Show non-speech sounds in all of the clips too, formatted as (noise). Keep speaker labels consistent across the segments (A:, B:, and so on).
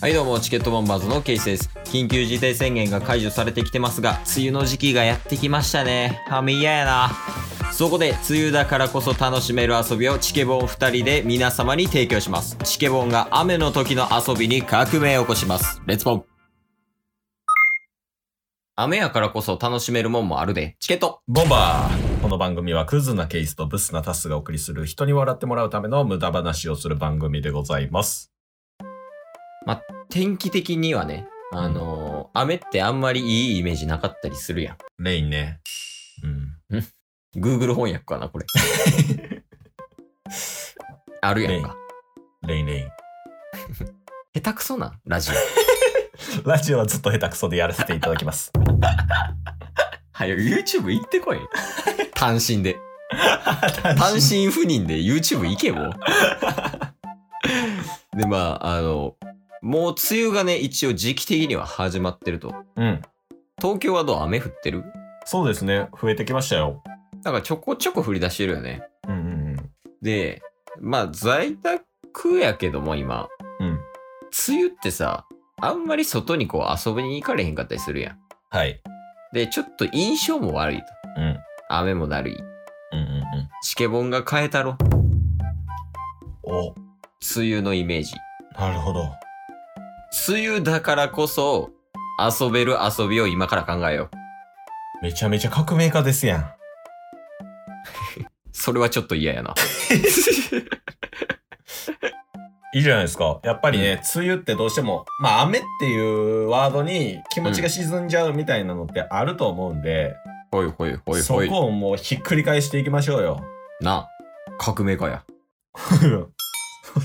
A: はいどうもチケットボンバーズのケイスです緊急事態宣言が解除されてきてますが梅雨の時期がやってきましたね雨嫌やなそこで梅雨だからこそ楽しめる遊びをチケボン2人で皆様に提供しますチケボンが雨の時の遊びに革命を起こしますレッツボン雨やからこそ楽しめるもんもあるでチケット
B: ボンバーこの番組はクズなケースとブスなタスがお送りする人に笑ってもらうための無駄話をする番組でございます。
A: 天気的にはねあのー雨ってあんまりいいイメージなかったりするやん
B: レインね。うん。
A: Google 翻訳かな、 (laughs) これ。あるやんか。
B: レインレイン。
A: 下手くそなんラ (laughs) ジオ。
B: ラジオはずっと下手くそでやらせていただきます。
A: はよ、YouTube 行って (laughs) こい。単身で。(laughs)
B: 単
A: 単身赴任で YouTube 行け (laughs) もう。で、まあ、あの、もう梅雨がね、一応時期的には始まってると。
B: うん。
A: 東京はどう雨降ってる
B: そうですね。増えてきましたよ。
A: なんかちょこちょこ降り出してるよね。
B: うんうん
A: で、まあ、在宅やけども、今。
B: うん。うん。
A: 梅雨ってさ、あんまり外にこう遊びに行かれへんかったりするやん。
B: はい。
A: で、ちょっと印象も悪いと。
B: うん。うん
A: 雨もだるい。
B: うんうん。
A: チケボンが変えたろ。
B: お、
A: 梅雨のイメージ。
B: なるほど。
A: 梅雨だからこそ、遊べる遊びを今から考えよう。
B: めちゃめちゃ革命家ですやん。
A: それはちょっと嫌や (laughs) な。
B: いいじゃないですか。やっぱりね、梅雨ってどうしても、まあ雨っていうワードに気持ちが沈んじゃうみたいなのってあると思うんで、
A: ほいほいほい
B: そ
A: ほい。
B: こをもうひっくり返していきましょうよ。 (laughs)
A: なあ、革命家や。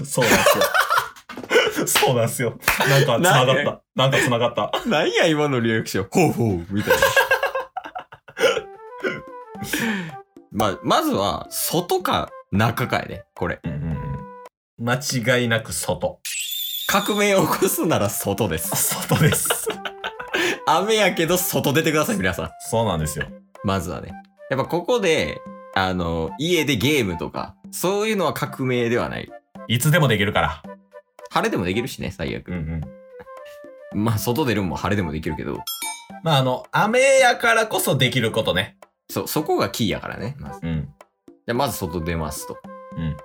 B: そうなんですよ。 (laughs) そうなんですよ。なんか繋がった。なんか繋がった。
A: なんや今のリアクション。ほうほう、みたいな。 (laughs) まあ、まずは、外か中かやね。これ。
B: うんうん、間違いなく外。
A: 革命を起こすなら外です。
B: 外です。
A: 雨やけど外出てください、皆さん。
B: (laughs) そうなんですよ。
A: まずはね。やっぱここで、あの、家でゲームとか、そういうのは革命ではない。
B: いつでもできるから。
A: 晴れでもできるしね、最
B: うん
A: 悪。
B: うん。
A: まあ、外出るんも晴れでもできるけど、
B: まああの、雨やからこそできることね。
A: そ、そこがキーやからね、まず。
B: うん。
A: でまず外出ますと。
B: うん。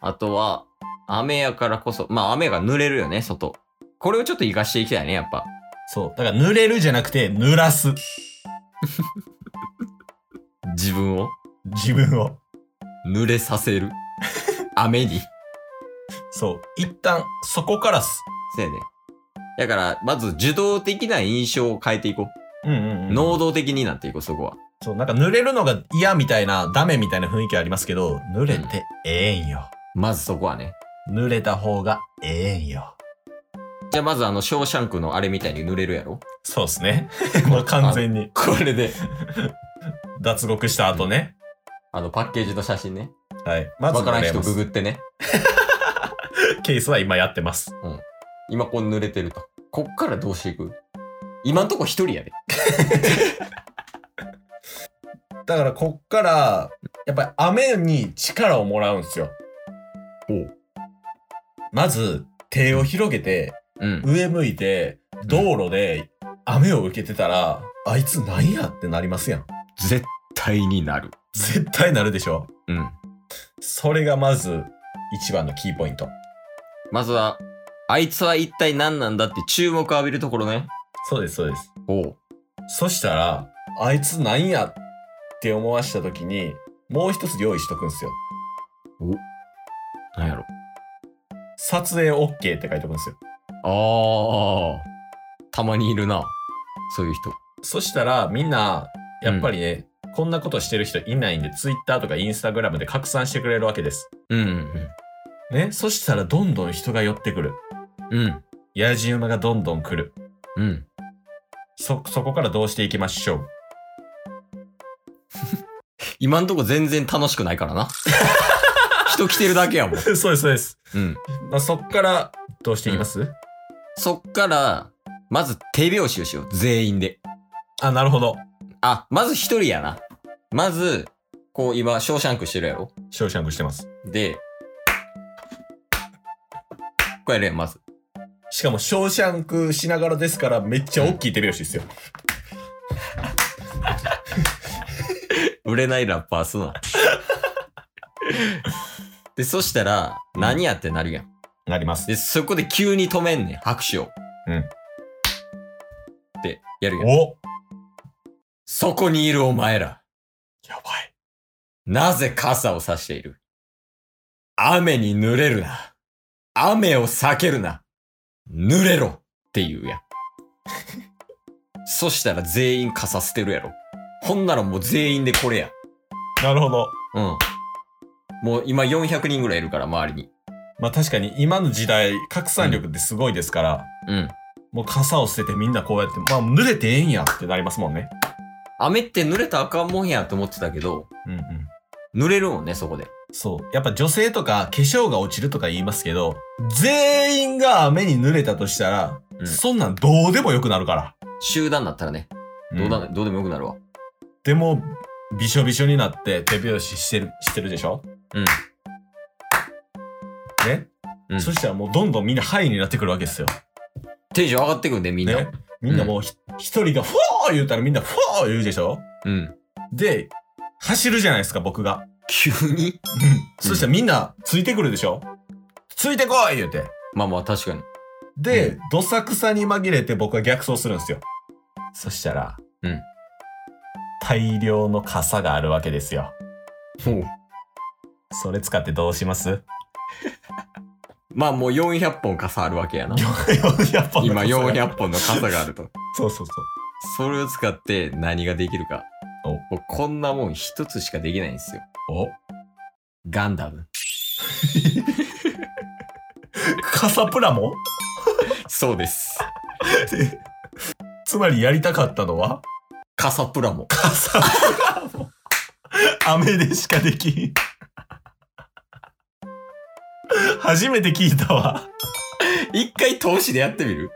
A: あとは、雨やからこそ、まあ雨が濡れるよね、外。これをちょっと活かしていきたいね、やっぱ。
B: そう。だから濡れるじゃなくて、濡らす。
A: 自分を
B: 自分を。
A: 濡れさせ
B: (laughs)
A: る。雨に。
B: そう。一旦、そこからす。
A: そうやね。だから、まず受動的な印象を変えていこ
B: うんうん
A: う。
B: うん。
A: 能動的になっていこう、そこは。
B: そう、なんか濡れるのが嫌みたいな、ダメみたいな雰囲気ありますけど、濡れてええんよ。
A: まずそこはね。
B: 濡れた方がええんよ。
A: じゃあまずあの、ショーシャンクのあれみたいに濡れるやろ (laughs)
B: そうですね。 (laughs) もう完全に。
A: これで。
B: 脱獄した後ね。
A: あの、パッケージの写真ね。
B: はい。まず
A: わからん
B: 濡れ
A: 人
B: ま
A: グ
B: す
A: グってね。
B: ケースは今やってます。
A: 今こう濡れてると。こっからどうしていく今んとこ一人やで。
B: だからこっから、やっぱり雨に力をもらうんですよ。まず、手を広げて、
A: うん。
B: 上向いて、道路で雨を受けてたら、あいつなんやってなりますやん。
A: 絶対になる。
B: 絶対なるでしょ。
A: うん。
B: それがまず一番のキーポイント。
A: まずは、あいつは一体何なんだって注目を浴びるところね。
B: そうです、そうです。
A: おう。
B: そしたら、あいつなんやって思わした時に、もう一つ用意しとくんすよ。
A: なんやろ。
B: 撮影 OK って書いておくんですよ。
A: ああ。たまにいるな。そういう人。
B: そしたら、みんな、やっぱりね、こんなことしてる人いないんで、Twitter とか Instagram で拡散してくれるわけです。
A: うん
B: ね、そしたらどんどん人が寄ってくる。
A: うん。うん。
B: やじ馬がどんどん来る。
A: うん。
B: そ、そこからどうしていきましょう。
A: 今んとこ全然楽しくないから (laughs) な。人来てるだけやもん。
B: (laughs) そうです、そうです。
A: うん。
B: まあ、そっから、どうしていきます、
A: そっから、まず手拍子をしよう。全員で。
B: あ、なるほど。
A: あ、まず一人やな。まず、こう今、ショーシャンクしてるやろ。
B: ショーシャンクしてます。
A: で、こうやるやん、まず。
B: しかも、ショーシャンクしながらですから、めっちゃ大きい手拍子ですよ。
A: 売れないラッパー
B: (laughs)
A: すな。で、そしたら、
B: うん
A: 何やってなるやん。
B: なります。
A: で、そこで急に止めんねん、拍手を。
B: うん
A: って、やるやん。
B: お
A: そこにいるお前ら、
B: やばい。
A: なぜ傘を差している雨に濡れるな。雨を避けるな。濡れろって言うやん。そしたら全員傘捨てるやろ。ほんならもう全員でこれや。
B: なるほど。
A: うん。もう今400人ぐらいいるから、周りに。
B: まあ確かに今の時代、拡散力ってすごいですから、
A: うん。
B: もう傘を捨ててみんなこうやって、まあ濡れてええんやってなりますもんね。
A: 雨って濡れたらあかんもんやと思ってたけど、
B: うんうん。
A: 濡れるもんね、そこで。
B: そう。やっぱ女性とか化粧が落ちるとか言いますけど、全員が雨に濡れたとしたら、
A: うん
B: そんなんどうでもよくなるから。
A: 集団だったらね、どうだ、どうでもよくなるわ。
B: でも、びしょびしょになって手拍子してる、してるでしょ
A: うん。
B: ね、
A: うん
B: そしたらもうどんどんみんなハイになってくるわけですよ。
A: テンション上がってくんで、みんな。
B: ね。みんなもうひ一、人がフォー言うたらみんなフォー言うでしょ
A: うん。
B: で、走るじゃないですか、僕が。
A: 急に
B: そしたらみんなついてくるでしょついてこい言うて。
A: まあまあ、確かに。
B: で、
A: う
B: どさくさに紛れて僕は逆走するんですよ。そしたら、
A: うん
B: 大量の傘があるわけですよ。
A: ほう。
B: それ使ってどうします
A: (laughs) まあもう400本傘あるわけ (laughs) やな。
B: ?400 本の
A: 今
B: 傘が
A: 400本の傘があると。
B: そうそうそう。
A: それを使って何ができるか。
B: お
A: もうこんなもん一つしかできないんですよ。
B: お (laughs)
A: ガンダム。
B: 傘プラモ (laughs)
A: そうです。
B: つまりやりたかったのは
A: 傘プラモ。
B: 傘プラモ。雨でしかできん。初めて聞いたわ。
A: 一回投資でやってみる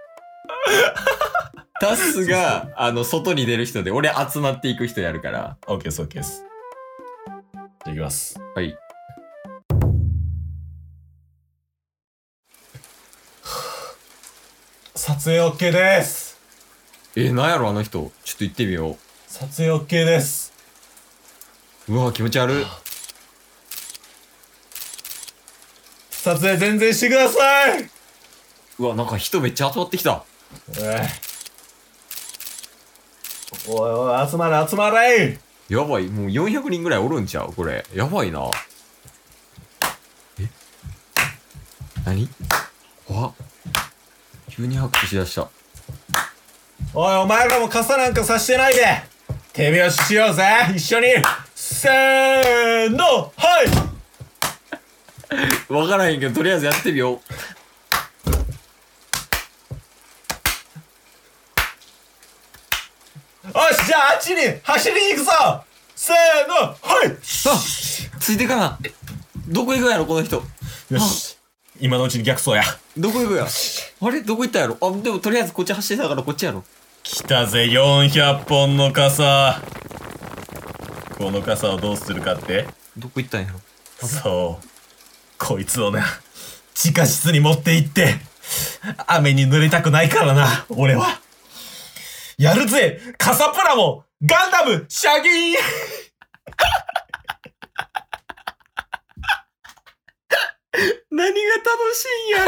A: タスが、あの、外に出る人で、俺集まっていく人やるから。
B: オッケーです、オッケーです。じゃあいきます。
A: はい。
B: 撮影 OK です。
A: えー、なんやろあの人。ちょっと行ってみよ
B: 撮影 OK です。
A: う。うわ、気持ち悪い。
B: 撮影全然してください。
A: うわ、なんか人めっちゃ集まってきた。
B: おいおい、集まれ、集まれ。
A: やばい、もう400人ぐらいおるんちゃうこれ。やばいな。え何わ急に拍手しだした。
B: おい、お前らも傘なんかさしてないで。手拍子しようぜ、一緒に。せーの、はい。
A: わからへんけど、とりあえずやってみよう。
B: よし、じゃああっちに走りに行くぞ。せーの、はい。
A: あついてかな。どこ行くんやろ、この人。
B: よし。今のうちに逆走や。
A: どこ行くんや。あれどこ行ったんやろあ、でもとりあえずこっち走ってたからこっちやろ。
B: 来たぜ、400本の傘。この傘をどうするかって
A: どこ行ったんやろ
B: そう。こいつをな、地下室に持って行って、雨に濡れたくないからな、俺は。やるぜ傘プラモガンダムシャギーン
A: 何が楽しいんや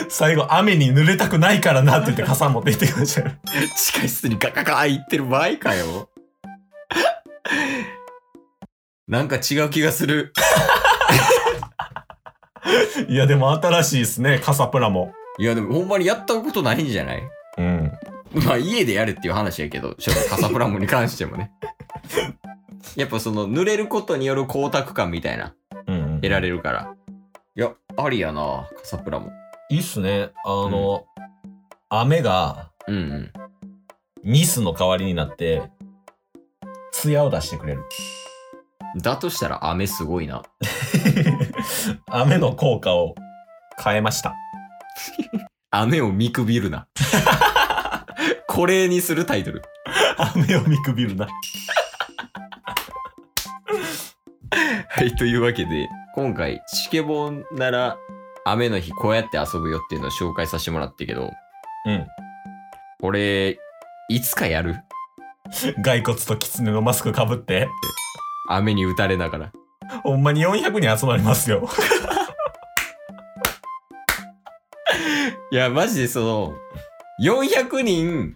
A: ろ (laughs)
B: 最後、雨に濡れたくないからなって言って傘持って行ってくれちゃう。
A: 地下室にガガガ行ってる場合かよ。 (laughs) なんか違う気がする。
B: いや、でも新しいですね、傘プラモ。
A: いやでもほんまにやったことないんじゃない (laughs)
B: うん。
A: まあ家でやれっていう話やけど、ちょっとカサプラモに関してもね。 (laughs) やっぱその濡れることによる光沢感みたいな、
B: うん、
A: 得られるから。いや、ありやな、カサプラモ。
B: いいっすね。あの、雨が
A: うんうん。
B: ニスの代わりになって、艶を出してく (laughs) れる。
A: だとしたら雨すごいな。
B: 雨の効果を変えました。
A: 雨を見くびるな。 (laughs) これにするタイトル。 (laughs)
B: 雨を見くびるな。
A: はい、というわけで、今回、チケボンなら雨の日こうやって遊ぶよっていうのを紹介させてもらってけど、
B: うん。
A: これ、いつかやる
B: 骸骨と狐のマスクかぶって、
A: 雨に打たれながら。
B: ほんまに400人集まりますよ。
A: いや、マジでその、400人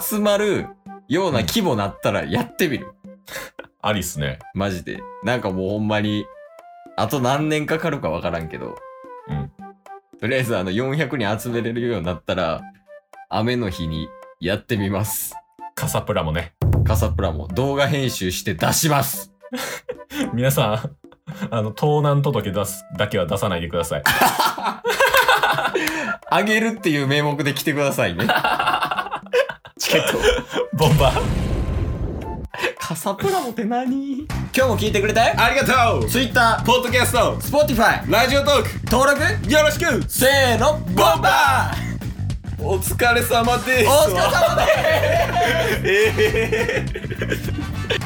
A: 集まるような規模なったらやってみる。
B: ありっすね。
A: マジで。なんかもうほんまに、あと何年かかるかわからんけど。
B: うん。
A: とりあえずあの400人集めれるようになったら、雨の日にやってみます。
B: カサプラもね。
A: カサプラも動画編集して出します。
B: 皆さん、あの、盗難届出す、だけは出さないでください。
A: あげるっていう名目で来てくださいね。チケット。
B: ボンバー。
A: (laughs) カサプラモって何今日も聞いてくれたよ
B: ありがとう
A: Twitter、
B: ポッドキャスト、
A: Spotify、
B: ラジオトー
A: 登録
B: ク、よろしく
A: せーの、ボンバー
B: お疲れ様です
A: お疲れ様です
B: ええ